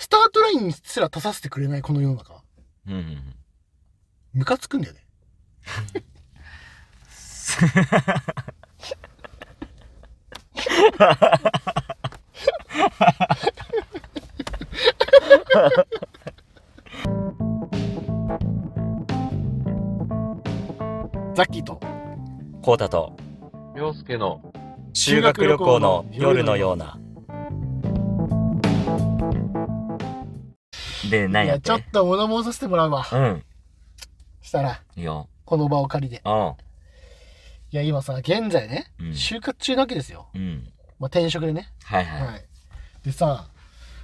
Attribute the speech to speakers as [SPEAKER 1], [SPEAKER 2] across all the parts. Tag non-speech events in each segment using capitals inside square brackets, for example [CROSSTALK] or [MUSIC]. [SPEAKER 1] スタートラインにすら立たせてくれないこの世の中。
[SPEAKER 2] うんうんうん。
[SPEAKER 1] ムカつくんだよね。ザッキーと。
[SPEAKER 2] コウタと
[SPEAKER 3] 洋介の
[SPEAKER 2] 修学旅行の夜のような。で、なん
[SPEAKER 1] い
[SPEAKER 2] やっ
[SPEAKER 1] や、
[SPEAKER 2] て
[SPEAKER 1] ちょっと物申させてもらうわ。
[SPEAKER 2] うん。
[SPEAKER 1] したら、
[SPEAKER 2] いいよ。
[SPEAKER 1] この場を借りて。
[SPEAKER 2] あ
[SPEAKER 1] いや、今さ、現在ね、
[SPEAKER 2] うん
[SPEAKER 1] 就活中なわけですよ。
[SPEAKER 2] うん。
[SPEAKER 1] まあ、転職でね。
[SPEAKER 2] はいはい。
[SPEAKER 1] はい。でさ、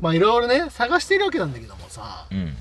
[SPEAKER 1] まあ、いろいろね、探しているわけなんだけどもさ、
[SPEAKER 2] うん。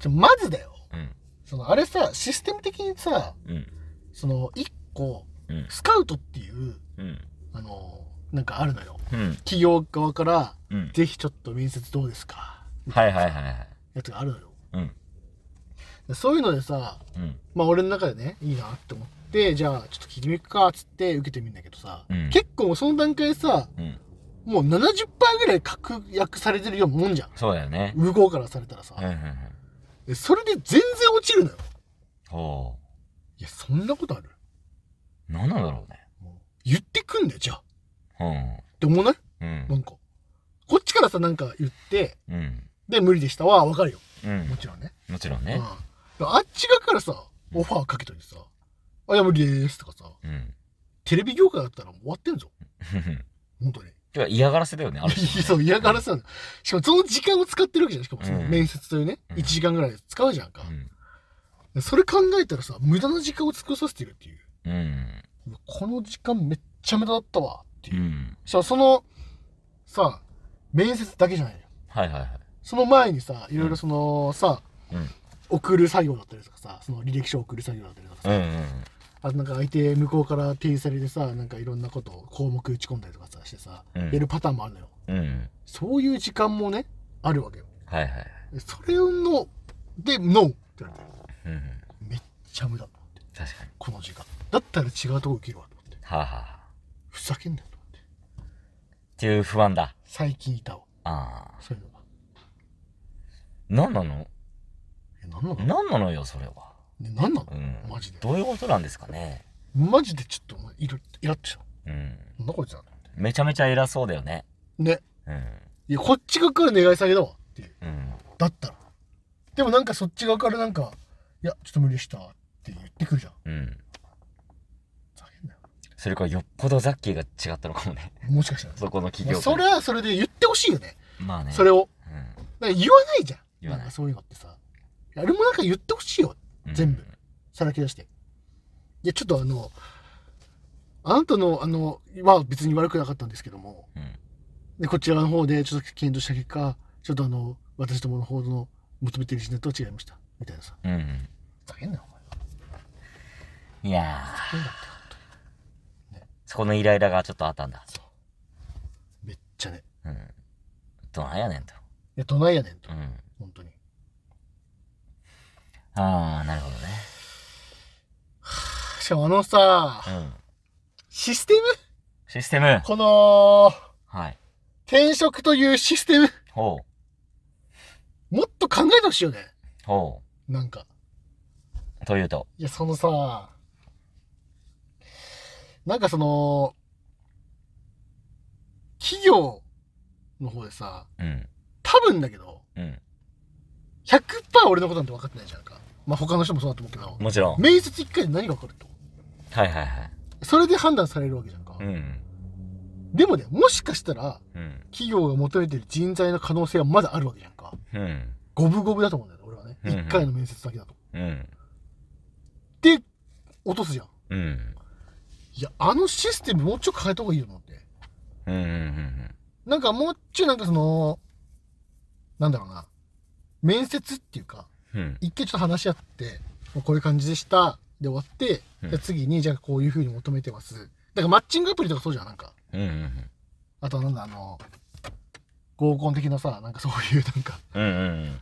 [SPEAKER 1] ちょまずだよ。
[SPEAKER 2] うん。
[SPEAKER 1] その、あれさ、システム的にさ、
[SPEAKER 2] うん。
[SPEAKER 1] その、一個、
[SPEAKER 2] うん。
[SPEAKER 1] スカウトっていう、
[SPEAKER 2] うん。
[SPEAKER 1] あの、なんかあるのよ。
[SPEAKER 2] うん。
[SPEAKER 1] 企業側から、
[SPEAKER 2] うん。
[SPEAKER 1] ぜひちょっと面接どうですか
[SPEAKER 2] はいはいはいはい。
[SPEAKER 1] やつがあるのよ。
[SPEAKER 2] うん。
[SPEAKER 1] でそういうのでさ、
[SPEAKER 2] うん。
[SPEAKER 1] まあ俺の中でね、いいなって思って、じゃあちょっと聞いてみるか、つって受けてみるんだけどさ、
[SPEAKER 2] うん
[SPEAKER 1] 結構その段階でさ、
[SPEAKER 2] うん。
[SPEAKER 1] もう70%ぐらい確約されてるようなもんじゃん。
[SPEAKER 2] そうだよね。
[SPEAKER 1] 向こうからされたらさ
[SPEAKER 2] うん。うん。うん
[SPEAKER 1] でそれで全然落ちるのよ。
[SPEAKER 2] ほ
[SPEAKER 1] いや、そんなことある
[SPEAKER 2] う。なんなんだろうね。
[SPEAKER 1] 言ってくんだよ、じゃあ。
[SPEAKER 2] う
[SPEAKER 1] って思わない
[SPEAKER 2] ん。う。
[SPEAKER 1] なんんか。こっちからさ、なんか言って、
[SPEAKER 2] うん。
[SPEAKER 1] で、無理でしたわ、わかるよ。
[SPEAKER 2] うん
[SPEAKER 1] も。ちろんね。
[SPEAKER 2] もちろん
[SPEAKER 1] うん
[SPEAKER 2] ね。
[SPEAKER 1] あっち側からさ、オファーかけといてさ、あ、いや、無理でーすとかさ、
[SPEAKER 2] うん。 [LAUGHS]
[SPEAKER 1] テレビ業界だったらもう終わってんぞ。本当に。
[SPEAKER 2] 今日は嫌がらせだよね、ある種
[SPEAKER 1] [LAUGHS]
[SPEAKER 2] ね
[SPEAKER 1] そう、嫌がらせなの。しかもその時間を使ってるわけじゃん。しかもその
[SPEAKER 2] うん
[SPEAKER 1] 面接というね、
[SPEAKER 2] うん
[SPEAKER 1] 1時間ぐらい使うじゃんか
[SPEAKER 2] う。ん。
[SPEAKER 1] それ考えたらさ、無駄な時間を尽くさせてるっていう。
[SPEAKER 2] うん。
[SPEAKER 1] うわこの時間めっちゃ無駄だったわって
[SPEAKER 2] う
[SPEAKER 1] いう。
[SPEAKER 2] ん。
[SPEAKER 1] しかもその、さ、面接だけじゃないのよ。
[SPEAKER 2] はいはいはい。
[SPEAKER 1] その前にさ、いろいろそのさ、
[SPEAKER 2] うん
[SPEAKER 1] 送る作業だったりとかさ、その履歴書送る作業だったりとかさ、
[SPEAKER 2] うんうん。
[SPEAKER 1] あとなんか相手向こうから提示されてさ、なんかいろんなことを項目打ち込んだりとかさ、してさ、
[SPEAKER 2] うん
[SPEAKER 1] やるパターンもあるのよ。
[SPEAKER 2] うん。
[SPEAKER 1] そういう時間もね、あるわけよ。
[SPEAKER 2] はいはいはい。
[SPEAKER 1] それの、で、ノーって言われて、
[SPEAKER 2] うんうん。
[SPEAKER 1] めっちゃ無駄と思って、
[SPEAKER 2] 確かに。
[SPEAKER 1] この時間。だったら違うとこ受けるわと思って、
[SPEAKER 2] はあ、はあはあ、
[SPEAKER 1] ふざけんなよと思って。
[SPEAKER 2] っていう不安だ。
[SPEAKER 1] 最近いたわ、
[SPEAKER 2] ああ。
[SPEAKER 1] そういうのが。
[SPEAKER 2] なんなの
[SPEAKER 1] え、なんなのね、
[SPEAKER 2] なんなのよ、それは。
[SPEAKER 1] なんなの
[SPEAKER 2] うん。
[SPEAKER 1] マジで
[SPEAKER 2] どういうことなんですかね。
[SPEAKER 1] マジでちょっとお前、イライラッとした。
[SPEAKER 2] うん。
[SPEAKER 1] なんだこいつだと思って。
[SPEAKER 2] めちゃめちゃ偉そうだよね。
[SPEAKER 1] ね。
[SPEAKER 2] うん。
[SPEAKER 1] いや、こっち側から願い下げだわっていう。
[SPEAKER 2] うん。
[SPEAKER 1] だったら。でもなんかそっち側からなんか、いや、ちょっと無理したって言ってくるじゃん。ふ
[SPEAKER 2] うん。
[SPEAKER 1] ざけんなよ。
[SPEAKER 2] それからよっぽどザッキーが違ったのかもね。 [LAUGHS]
[SPEAKER 1] もしかしたら。
[SPEAKER 2] そこの企
[SPEAKER 1] まあ
[SPEAKER 2] 業
[SPEAKER 1] それ
[SPEAKER 2] は、
[SPEAKER 1] はそれで言ってほしいよね。
[SPEAKER 2] まあね。
[SPEAKER 1] それを。
[SPEAKER 2] う
[SPEAKER 1] なんか言わないじゃん。
[SPEAKER 2] 言わない
[SPEAKER 1] んかそういうのってさ。あれもなんか言ってほしいよ。
[SPEAKER 2] ん。
[SPEAKER 1] 全部さらけ出して。いや、ちょっとあの、あなたの、あの、は別に悪くなかったんですけども、
[SPEAKER 2] うん。
[SPEAKER 1] で、こちらの方でちょっと検討した結果、ちょっとあの、私どもの方の求めてる人とは違いました。みたいなさ。
[SPEAKER 2] うん。うん
[SPEAKER 1] ふざけんなよ、お前。
[SPEAKER 2] いや
[SPEAKER 1] ふざ
[SPEAKER 2] ー、
[SPEAKER 1] けんなって。
[SPEAKER 2] そこのイライラがちょっとあったんだ。
[SPEAKER 1] めっちゃね。
[SPEAKER 2] うん。どないやねんと。
[SPEAKER 1] いや、どないやねんと
[SPEAKER 2] う。ん。
[SPEAKER 1] 本当に。
[SPEAKER 2] ああ、なるほどね。
[SPEAKER 1] しかもあのさ、
[SPEAKER 2] うん。
[SPEAKER 1] システム
[SPEAKER 2] システム。
[SPEAKER 1] この、
[SPEAKER 2] はい。
[SPEAKER 1] 転職というシステム、
[SPEAKER 2] ほう。
[SPEAKER 1] もっと考えてほしいよね。
[SPEAKER 2] ほ
[SPEAKER 1] なんか。
[SPEAKER 2] う。というと。
[SPEAKER 1] いや、そのさ、なんかその、企業の方でさ、
[SPEAKER 2] うん。
[SPEAKER 1] 多分だけど、
[SPEAKER 2] うん。
[SPEAKER 1] 100%俺のことなんて分かってないじゃんか。まあ、他の人もそうだと思うけど、
[SPEAKER 2] もちろん。
[SPEAKER 1] 面接1回で何が分かると。
[SPEAKER 2] はいはいはい。
[SPEAKER 1] それで判断されるわけじゃんか。
[SPEAKER 2] うん。
[SPEAKER 1] でもね、もしかしたら、
[SPEAKER 2] うん。
[SPEAKER 1] 企業が求めてる人材の可能性はまだあるわけじゃんか。
[SPEAKER 2] うん。
[SPEAKER 1] 五分五分だと思うんだよね、俺はね。
[SPEAKER 2] うんうん
[SPEAKER 1] 1回の面接だけだと。
[SPEAKER 2] うん。
[SPEAKER 1] で、落とすじゃん。
[SPEAKER 2] うん。
[SPEAKER 1] いや、あのシステムもうちょい変えた方がいいよと思って。
[SPEAKER 2] うん。うん。
[SPEAKER 1] なんかもうちょいなんかその、なんだろうな。面接っていうか、
[SPEAKER 2] うん。
[SPEAKER 1] 一回ちょっと話し合って、もうこういう感じでした。で終わって、
[SPEAKER 2] うん
[SPEAKER 1] じゃあ次に、じゃあこういう風に求めてます。だからマッチングアプリとかそうじゃん、なんか。
[SPEAKER 2] うん。うん。
[SPEAKER 1] あとはなんだ、あの、合コン的なさ、なんかそういうなんか、
[SPEAKER 2] うん。うん。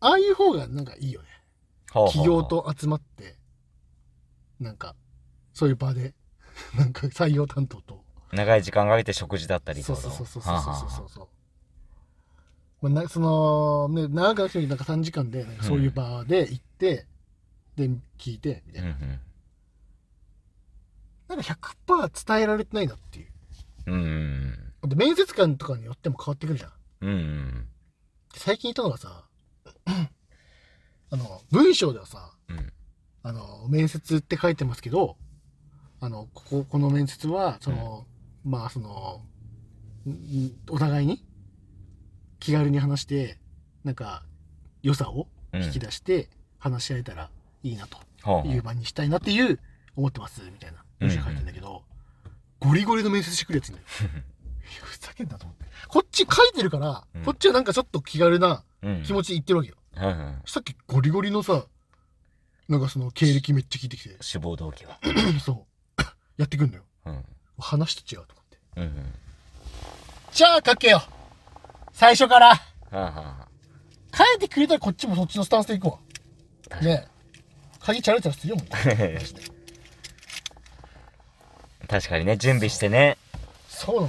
[SPEAKER 1] ああいう方がなんかいいよね。企業。と集まって、なんか、そういう場で、 [LAUGHS] なんか採用担当と。
[SPEAKER 2] 長い時間かけて食事だったり
[SPEAKER 1] そうそうそうそうそうそうそうそう。まあ、なその、ね、長くなくてもなんか3時間で、なんかそういう場で行って、で、聞いて、みたいな。
[SPEAKER 2] ん
[SPEAKER 1] なんか100%伝えられてないなっていう。
[SPEAKER 2] うんうん
[SPEAKER 1] で、面接官とかによっても変わってくるじゃん。
[SPEAKER 2] うんうん
[SPEAKER 1] 最近言ったのがさ、あの、文章ではさ、
[SPEAKER 2] うん
[SPEAKER 1] あの、面接って書いてますけど、あの、ここ、この面接は、その、まあ、その、んんお互いに気軽に話して、なんか、良さを
[SPEAKER 2] うん
[SPEAKER 1] 引き出して話し合えたらいいなと
[SPEAKER 2] はあ
[SPEAKER 1] いう場にしたいなっていう、思ってます、みたいな文章書いてんだけど、ゴリゴリの面接してくるやついるんだよ。いやふざけんなと思って。こっち書いてるから、
[SPEAKER 2] うん
[SPEAKER 1] こっちはなんかちょっと気軽な
[SPEAKER 2] うん
[SPEAKER 1] 気持ちで言ってるわけよ。
[SPEAKER 2] はいは
[SPEAKER 1] さっきゴリゴリのさ、なんかその経歴めっちゃ聞いてきて
[SPEAKER 2] い、志望動機は
[SPEAKER 1] そう。 [COUGHS] やってくんのよ。
[SPEAKER 2] うん
[SPEAKER 1] 話と違うと思って。
[SPEAKER 2] うんうん
[SPEAKER 1] じゃあ書けよ最初から
[SPEAKER 2] はあはあは
[SPEAKER 1] 書いてくれたらこっちもそっちのスタンスでいこ
[SPEAKER 2] あ
[SPEAKER 1] う。ねえ。鍵チャラチャラするよ、もう。マジで
[SPEAKER 2] [LAUGHS] 確かにね準備してね
[SPEAKER 1] そうなの。
[SPEAKER 2] う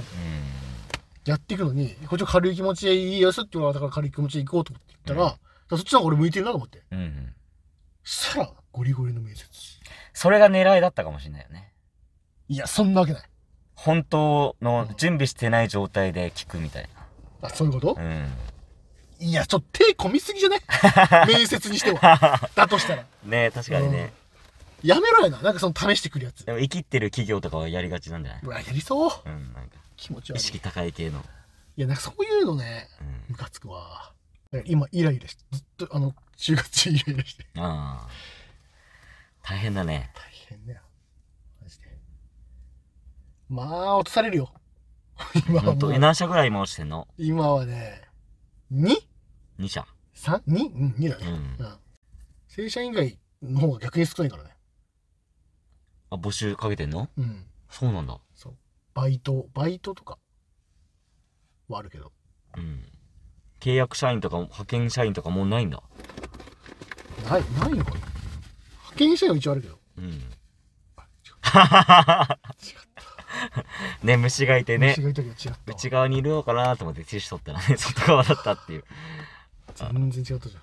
[SPEAKER 1] やっていくのに、こっちは軽い気持ちでいいよすって言われたから軽い気持ちでいこうと思って言ったら、だからそっちの方が俺向いてるなと思って。
[SPEAKER 2] んうんうん
[SPEAKER 1] そしたら、ゴリゴリの面接。
[SPEAKER 2] それが狙いだったかもしれないよね
[SPEAKER 1] いや、そんなわけない。
[SPEAKER 2] 本当の準備してない状態で聞くみたい
[SPEAKER 1] あ、そういうこと
[SPEAKER 2] なうん
[SPEAKER 1] いや、ちょっと手込みすぎじゃね面接にしては。だとしたら。
[SPEAKER 2] [LAUGHS] ねえ確かにね
[SPEAKER 1] やめろやな。なんかその試してくるやつ。
[SPEAKER 2] でも生きってる企業とかはやりがちなんじゃないう
[SPEAKER 1] わ、やりそう。
[SPEAKER 2] うんなんか
[SPEAKER 1] 気持ち
[SPEAKER 2] 意
[SPEAKER 1] 悪い。い
[SPEAKER 2] 識高い系の
[SPEAKER 1] や、なんかそういうのね、
[SPEAKER 2] うん
[SPEAKER 1] ムカつくわ。だから今、イライラして、ずっと、あの、就活中イライラして。
[SPEAKER 2] ああ大変だね
[SPEAKER 1] 大変だよ。マジで。まあ、落とされるよ。今は
[SPEAKER 2] 本
[SPEAKER 1] も
[SPEAKER 2] 当
[SPEAKER 1] う
[SPEAKER 2] え何社ぐらい今落ちてんの
[SPEAKER 1] 今はね、2?3?2?
[SPEAKER 2] 2社
[SPEAKER 1] うん、2だ
[SPEAKER 2] う
[SPEAKER 1] ね。
[SPEAKER 2] ん
[SPEAKER 1] うん。正社員以外の方が逆に少ないからね。
[SPEAKER 2] あ募集かけてんの
[SPEAKER 1] うん。
[SPEAKER 2] そうなんだ
[SPEAKER 1] そう。バイト、バイトとかはあるけど、
[SPEAKER 2] うん契約社員とか派遣社員とかもうないんだ
[SPEAKER 1] ない、ないのかな派遣社員は一応あるけど。
[SPEAKER 2] うん
[SPEAKER 1] あ違
[SPEAKER 2] [LAUGHS] ね虫がいて
[SPEAKER 1] う
[SPEAKER 2] ね
[SPEAKER 1] 虫がいたけど違ったわ。
[SPEAKER 2] 内側にいるのかなと思ってティッシュ取ったらね外側だったっていう
[SPEAKER 1] 全然違ったじゃん。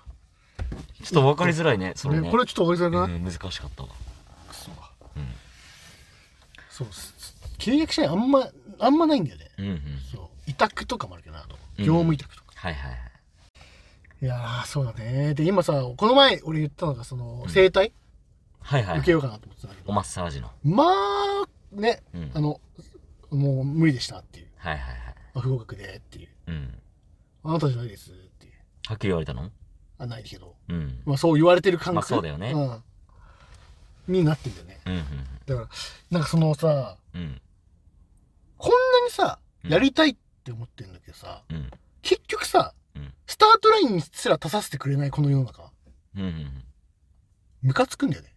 [SPEAKER 2] ちょっと分かりづらいねそれね
[SPEAKER 1] ねこれちょっと分かりづらくない、
[SPEAKER 2] うん難しかったわ
[SPEAKER 1] クソが
[SPEAKER 2] うん
[SPEAKER 1] そうすす契約社員あんまあんまないんだよね
[SPEAKER 2] うんうん
[SPEAKER 1] そう委託とかもあるけどなあと
[SPEAKER 2] うん
[SPEAKER 1] 業務委託とか、
[SPEAKER 2] はいはいはい
[SPEAKER 1] いやーそうだねで今さこの前俺言ったのがその整体、
[SPEAKER 2] はいはい
[SPEAKER 1] 受けようかなと思ってたんだけど
[SPEAKER 2] おマッサージの
[SPEAKER 1] まあね
[SPEAKER 2] うん
[SPEAKER 1] あのもう無理でしたっていう
[SPEAKER 2] はいはいはい
[SPEAKER 1] あ不合格でっていう
[SPEAKER 2] うん
[SPEAKER 1] あなたじゃないですっていう
[SPEAKER 2] はっきり言われたの
[SPEAKER 1] あないけど、
[SPEAKER 2] うん
[SPEAKER 1] まあ、そう言われてる感覚、
[SPEAKER 2] まあそうだよね
[SPEAKER 1] うん、になってんだよね
[SPEAKER 2] うんうん
[SPEAKER 1] だからなんかそのさ
[SPEAKER 2] うん
[SPEAKER 1] こんなにさ
[SPEAKER 2] うん
[SPEAKER 1] やりたいって思ってるんだけどさ、
[SPEAKER 2] うん
[SPEAKER 1] 結局さ、
[SPEAKER 2] うん
[SPEAKER 1] スタートラインにすら立たせてくれないこの世の中
[SPEAKER 2] うんうんうん
[SPEAKER 1] ムカつくん
[SPEAKER 2] [LAUGHS]
[SPEAKER 1] だよね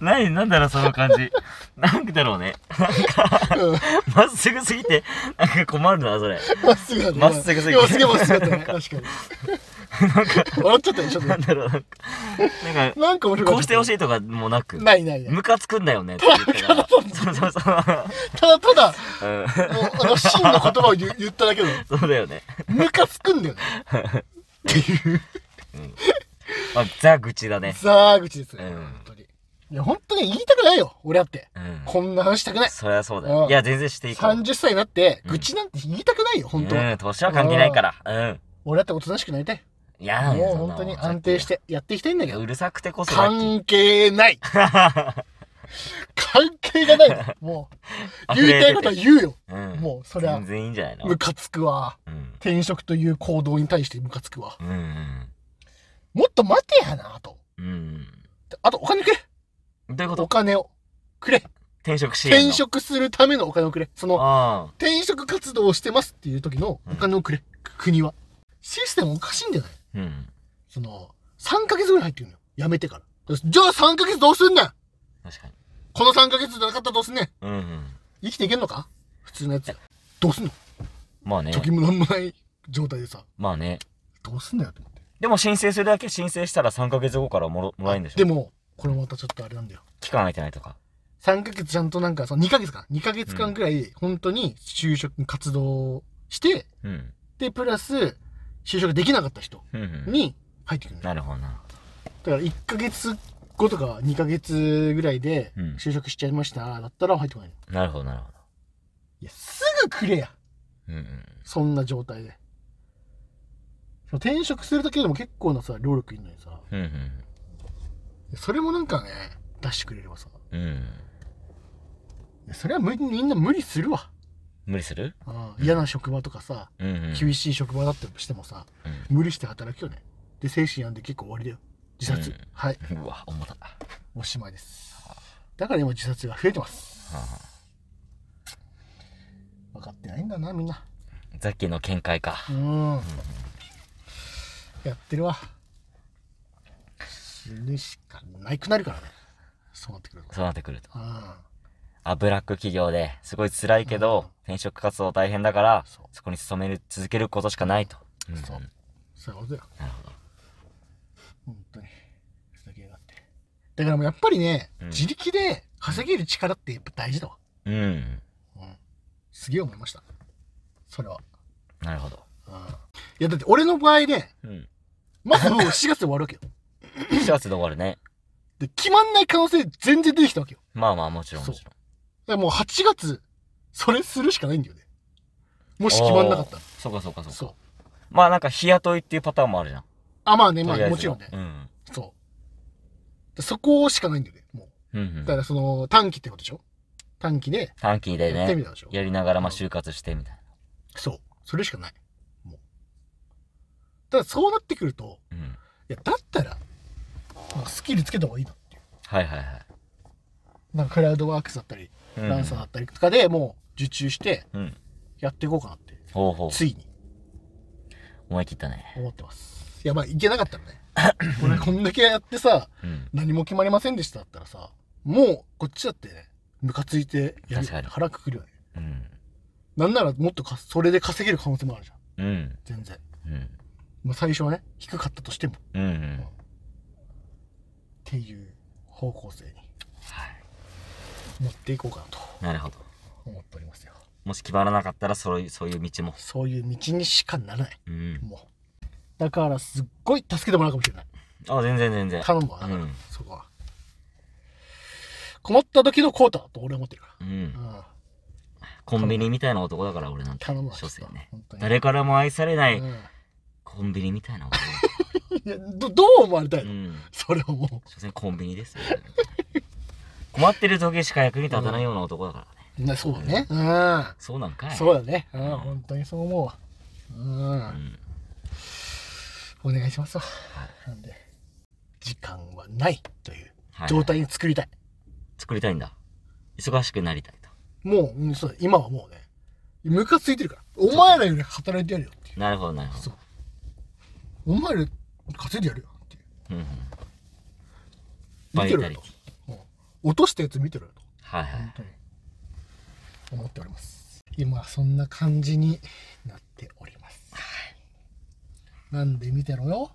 [SPEAKER 2] 何なんだろうその感 [LAUGHS] じなんだろうねなんか
[SPEAKER 1] うん
[SPEAKER 2] まっすぐすぎてなんか困るなそれ
[SPEAKER 1] まっすぐだね
[SPEAKER 2] まっすぐすぎて
[SPEAKER 1] まっすぐまっすぐだったね確か
[SPEAKER 2] [LAUGHS]
[SPEAKER 1] に笑っちゃったよちょっ
[SPEAKER 2] なん
[SPEAKER 1] と
[SPEAKER 2] だろうなんかなん [LAUGHS] か
[SPEAKER 1] なんか面白い
[SPEAKER 2] こうしてほし
[SPEAKER 1] い
[SPEAKER 2] いとかもなく
[SPEAKER 1] ないないない
[SPEAKER 2] ムカつくんだよ
[SPEAKER 1] [LAUGHS]
[SPEAKER 2] ねって言ったらそうそうそ
[SPEAKER 1] ただただ
[SPEAKER 2] う、うん、
[SPEAKER 1] もうあの真の言葉を言う [LAUGHS] 言っただけど
[SPEAKER 2] そうだよね、
[SPEAKER 1] ムカつくんだよねっていう
[SPEAKER 2] まあ、ザ愚痴だね
[SPEAKER 1] ザー口ですね、
[SPEAKER 2] うん
[SPEAKER 1] 本当にいや本当に言いたくないよ俺だって
[SPEAKER 2] うん
[SPEAKER 1] こんな話したくない
[SPEAKER 2] そりゃそうだ
[SPEAKER 1] う
[SPEAKER 2] よ
[SPEAKER 1] ん
[SPEAKER 2] いや全然していいから
[SPEAKER 1] 30歳になって
[SPEAKER 2] うん
[SPEAKER 1] 愚痴なんて言いたくないよ本当は、
[SPEAKER 2] うん年は関係ないからうん
[SPEAKER 1] 俺だっておとなしくなりたい
[SPEAKER 2] いや
[SPEAKER 1] もう本当に安定しててやっていきたいんだけど
[SPEAKER 2] うるさくてこそラッキ
[SPEAKER 1] 関係
[SPEAKER 2] ー
[SPEAKER 1] ない関係がないのもう言いたいことは言うよ
[SPEAKER 2] うん
[SPEAKER 1] もうそりゃ
[SPEAKER 2] 全然いいんじゃないの
[SPEAKER 1] ムカつくわ
[SPEAKER 2] うん
[SPEAKER 1] 転職という行動に対してムカつくわ
[SPEAKER 2] うんうん
[SPEAKER 1] もっと待てやなと
[SPEAKER 2] うん
[SPEAKER 1] あとお金くれ
[SPEAKER 2] どういうこ
[SPEAKER 1] お
[SPEAKER 2] と
[SPEAKER 1] 金をくれ
[SPEAKER 2] 転職支援の
[SPEAKER 1] 転職するためのお金をくれその
[SPEAKER 2] あ
[SPEAKER 1] 転職活動をしてますっていう時のお金をくれ、国はシステムおかしいんじゃない
[SPEAKER 2] あうん
[SPEAKER 1] その3ヶ月ぐらい入ってるのよやめてからじゃあ3ヶ月どうすんねん
[SPEAKER 2] 確かに
[SPEAKER 1] この3ヶ月じゃなかったらどうすんねん
[SPEAKER 2] うんうん
[SPEAKER 1] 生きていけんのか普通のやつどうすんの
[SPEAKER 2] まあね
[SPEAKER 1] 貯金もなんもない状態でさ
[SPEAKER 2] まあね
[SPEAKER 1] どうすんだよって思って
[SPEAKER 2] でも申請するだけ申請したら3ヶ月後からもろもらえるんでしょ
[SPEAKER 1] でも、これまたちょっとあれなんだよ。
[SPEAKER 2] 期間空いてないとか。
[SPEAKER 1] 3ヶ月ちゃんとなんか、その2ヶ月か。2ヶ月間ぐらい、本当に就職、活動して、
[SPEAKER 2] うん。
[SPEAKER 1] で、プラス、就職できなかった人
[SPEAKER 2] うんうん。
[SPEAKER 1] に入ってくるんだよ。
[SPEAKER 2] なるほどな。
[SPEAKER 1] だから1ヶ月後とか2ヶ月ぐらいで
[SPEAKER 2] うん、
[SPEAKER 1] 就職しちゃいました、だったら入ってこないの。
[SPEAKER 2] なるほど、なるほ
[SPEAKER 1] いや、すぐくれや
[SPEAKER 2] ど。うんうん。
[SPEAKER 1] そんな状態で。その転職するだけでも結構なさ、労力いんのにさ、
[SPEAKER 2] うん
[SPEAKER 1] それもなんかね、出してくれればさ、
[SPEAKER 2] うん。うん。
[SPEAKER 1] それはむみんな無理するわ。
[SPEAKER 2] 無理する
[SPEAKER 1] うん嫌な職場とかさ、
[SPEAKER 2] うんうん。
[SPEAKER 1] 厳しい職場だったとしてもさ、
[SPEAKER 2] う
[SPEAKER 1] 無理して働くよね。で、精神病んで結構終わりだよ。自殺。
[SPEAKER 2] うん
[SPEAKER 1] はい、
[SPEAKER 2] ん。うわ、重た。は
[SPEAKER 1] おしまいです。だから今自殺が増えてます。
[SPEAKER 2] あは
[SPEAKER 1] 分かってないんだな、みんな。
[SPEAKER 2] あザッキーの見解か。
[SPEAKER 1] うん。やってるわ。死ぬしかないくなるからね。そうなってくると。
[SPEAKER 2] そうなってくると。
[SPEAKER 1] うん。
[SPEAKER 2] あ、ブラック企業で、すごい辛いけど、転職活動大変だから、
[SPEAKER 1] そ
[SPEAKER 2] そうこに勤める、続けることしかないと。うん、
[SPEAKER 1] そうそういうことだよ。
[SPEAKER 2] なるほど。
[SPEAKER 1] 本当に。ふざけやがって。だからもうやっぱりね、
[SPEAKER 2] うん
[SPEAKER 1] 自力で稼げる力ってやっぱ大事だわ。
[SPEAKER 2] うん。
[SPEAKER 1] うん。すげえ思いました。それは。
[SPEAKER 2] なるほど。
[SPEAKER 1] うん。いや、だって俺の場合ね、
[SPEAKER 2] うん。
[SPEAKER 1] まずもう4月で終わるわけよ。
[SPEAKER 2] 4月で終わるね。
[SPEAKER 1] で、決まんない可能性全然出てきたわけよ。
[SPEAKER 2] まあまあ、もちろん、もちろん。
[SPEAKER 1] だからもう8月、それするしかないんだよね。もし決まんなかったら。
[SPEAKER 2] そうか、そうか、そうか。
[SPEAKER 1] そう。
[SPEAKER 2] まあなんか、日雇いっていうパターンもあるじゃん。
[SPEAKER 1] あ、まあね、ま
[SPEAKER 2] と
[SPEAKER 1] あ
[SPEAKER 2] りえず
[SPEAKER 1] もちろんね。
[SPEAKER 2] うん。
[SPEAKER 1] そう。そこしかないんだよね、もう。
[SPEAKER 2] うん
[SPEAKER 1] だ
[SPEAKER 2] う
[SPEAKER 1] か
[SPEAKER 2] ん。
[SPEAKER 1] らその短期ってことでしょ短期で
[SPEAKER 2] 短期で
[SPEAKER 1] やってみ
[SPEAKER 2] ね、
[SPEAKER 1] たでしょ、
[SPEAKER 2] やりながら、まあ、就活してみたい
[SPEAKER 1] そう。それしかない。もう。ただそうなってくると、
[SPEAKER 2] な。うん。
[SPEAKER 1] いや、だったら、なんかスキルつけた方がいいなっていう。
[SPEAKER 2] はいはいはい。
[SPEAKER 1] なんかクラウドワークスだったり、
[SPEAKER 2] うん
[SPEAKER 1] ランサーだったりとかでもう受注して
[SPEAKER 2] うん。
[SPEAKER 1] やっていこうかなって、
[SPEAKER 2] ほうほう。
[SPEAKER 1] ついに
[SPEAKER 2] 思い切ったね。
[SPEAKER 1] 思ってます。いや、まあ、いけなかったら
[SPEAKER 2] [LAUGHS]
[SPEAKER 1] ね。俺こんだけやってさ、
[SPEAKER 2] うん。
[SPEAKER 1] 何も決まりませんでしただったらさ、もうこっちだってね、ムカついてやる
[SPEAKER 2] 確かに
[SPEAKER 1] 腹くくるよね。
[SPEAKER 2] うん。
[SPEAKER 1] なんならもっとか、それで稼げる可能性もあるじゃん。
[SPEAKER 2] うん。
[SPEAKER 1] 全然。
[SPEAKER 2] うん。
[SPEAKER 1] まあ、最初はね、低かったとしても。
[SPEAKER 2] うんうん。
[SPEAKER 1] っていう方向性に
[SPEAKER 2] は
[SPEAKER 1] 持っていこうかなと
[SPEAKER 2] い。なるほど。
[SPEAKER 1] 思っておりますよ
[SPEAKER 2] もし決まらなかったら、そういう、そういう道も。
[SPEAKER 1] そういう道にしかならない
[SPEAKER 2] うん。
[SPEAKER 1] もうだからすっごい助けてもらうかもしれない
[SPEAKER 2] あ、全然全然。
[SPEAKER 1] 頼むわだから、
[SPEAKER 2] うん
[SPEAKER 1] そこは困った時のコータだと俺は思ってるか
[SPEAKER 2] うん
[SPEAKER 1] ら、。うん、
[SPEAKER 2] コンビニみたいな男だから、俺なんて。
[SPEAKER 1] 頼むわ
[SPEAKER 2] 所詮ね
[SPEAKER 1] ちょっと本当。に
[SPEAKER 2] 誰からも愛されな
[SPEAKER 1] う
[SPEAKER 2] い
[SPEAKER 1] ん、い
[SPEAKER 2] コンビニみたいな男。
[SPEAKER 1] やどどう思われたいうの、
[SPEAKER 2] ん。
[SPEAKER 1] それはも
[SPEAKER 2] 所詮コンビニですよ。困ってる時しか役に立たないような男だからね。
[SPEAKER 1] うねそうだねうん
[SPEAKER 2] そうなんかい。
[SPEAKER 1] そうだね、うん
[SPEAKER 2] うん
[SPEAKER 1] 本当にそう思うわうん、
[SPEAKER 2] うん。
[SPEAKER 1] お願いしますわなんで時間はないという
[SPEAKER 2] はい
[SPEAKER 1] 状態に作りたい
[SPEAKER 2] 作りたいんだ。忙しくなりたいと。
[SPEAKER 1] もう、うんそうだ今はもうね、ムカついてるから。お前らより働いてやるよっていう。
[SPEAKER 2] なるほど、なるほ
[SPEAKER 1] そ
[SPEAKER 2] ど。
[SPEAKER 1] う。お前らより稼いでやるよっていう。
[SPEAKER 2] うんうん。バ
[SPEAKER 1] 見
[SPEAKER 2] イ
[SPEAKER 1] て
[SPEAKER 2] タ
[SPEAKER 1] ろ
[SPEAKER 2] リ
[SPEAKER 1] よ
[SPEAKER 2] テ
[SPEAKER 1] と。。
[SPEAKER 2] ィ
[SPEAKER 1] もう落としたやつ見てろよと。
[SPEAKER 2] はいはい
[SPEAKER 1] 本。当に。思っております。今、そんな感じになっております。なんで見てろよ。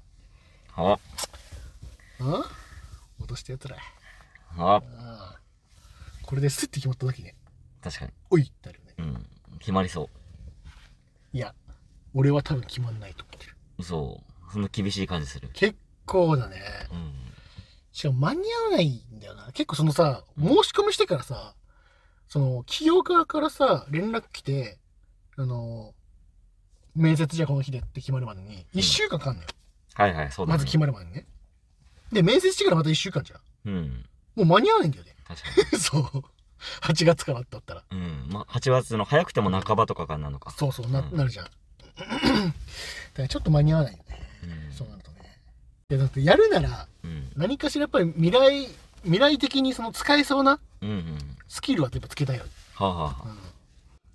[SPEAKER 2] お、
[SPEAKER 1] うん落としたやつら。
[SPEAKER 2] お、
[SPEAKER 1] ああこれでスッて決まった時ね、
[SPEAKER 2] 確かに。
[SPEAKER 1] おいってなるよね。
[SPEAKER 2] うん。決まりそう。
[SPEAKER 1] いや、俺は多分決まんないと思ってる。
[SPEAKER 2] そう。そんな厳しい感じする。
[SPEAKER 1] 結構だね。
[SPEAKER 2] うん。
[SPEAKER 1] しかも間に合わないんだよな。結構そのさ、申し込みしてからさ、その、企業側からさ、連絡来て、あの、面接じゃこの日でって決まるまでに、
[SPEAKER 2] うん
[SPEAKER 1] 1週間かかんのよ。
[SPEAKER 2] はいはい、そうだ、ね。
[SPEAKER 1] まず決まるまでにね。で、面接してからまた1週間じゃん。
[SPEAKER 2] うん。
[SPEAKER 1] もう間に合わないんだよね。 [LAUGHS]
[SPEAKER 2] 確か
[SPEAKER 1] そう。8月からだったら。
[SPEAKER 2] に。うん。まあ、8月の早くても半ばとかからなのか。
[SPEAKER 1] そうそう、な、
[SPEAKER 2] うん
[SPEAKER 1] なるじゃん。だからちょっと間に合わないよね。
[SPEAKER 2] うん。
[SPEAKER 1] そうなるとね。いや、だってやるなら、
[SPEAKER 2] うん。
[SPEAKER 1] 何かしらやっぱり未来、未来的にその使えそうな
[SPEAKER 2] うんうん。
[SPEAKER 1] スキルはやっぱつけたいよね
[SPEAKER 2] はあ、はあは
[SPEAKER 1] うんっ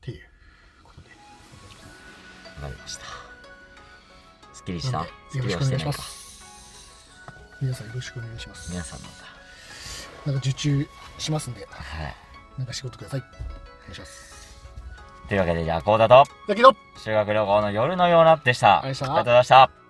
[SPEAKER 1] ていうことで。
[SPEAKER 2] あ、わかりました。すっきりし
[SPEAKER 1] な
[SPEAKER 2] た
[SPEAKER 1] んで
[SPEAKER 2] すっ
[SPEAKER 1] よ
[SPEAKER 2] き
[SPEAKER 1] ろし
[SPEAKER 2] りは
[SPEAKER 1] くお
[SPEAKER 2] し
[SPEAKER 1] 願い
[SPEAKER 2] てな
[SPEAKER 1] し
[SPEAKER 2] い
[SPEAKER 1] ま
[SPEAKER 2] か。
[SPEAKER 1] す。皆さんよろしくお願いします。
[SPEAKER 2] 皆さんなんだ。
[SPEAKER 1] なんか受注しますんで、
[SPEAKER 2] はい。
[SPEAKER 1] なんか仕事ください。お願いします。
[SPEAKER 2] というわけで、じゃあ、こうだと、
[SPEAKER 1] だけど、
[SPEAKER 2] 修学旅行の夜のようなでした。
[SPEAKER 1] ありがとうございました
[SPEAKER 2] ありがとうございました。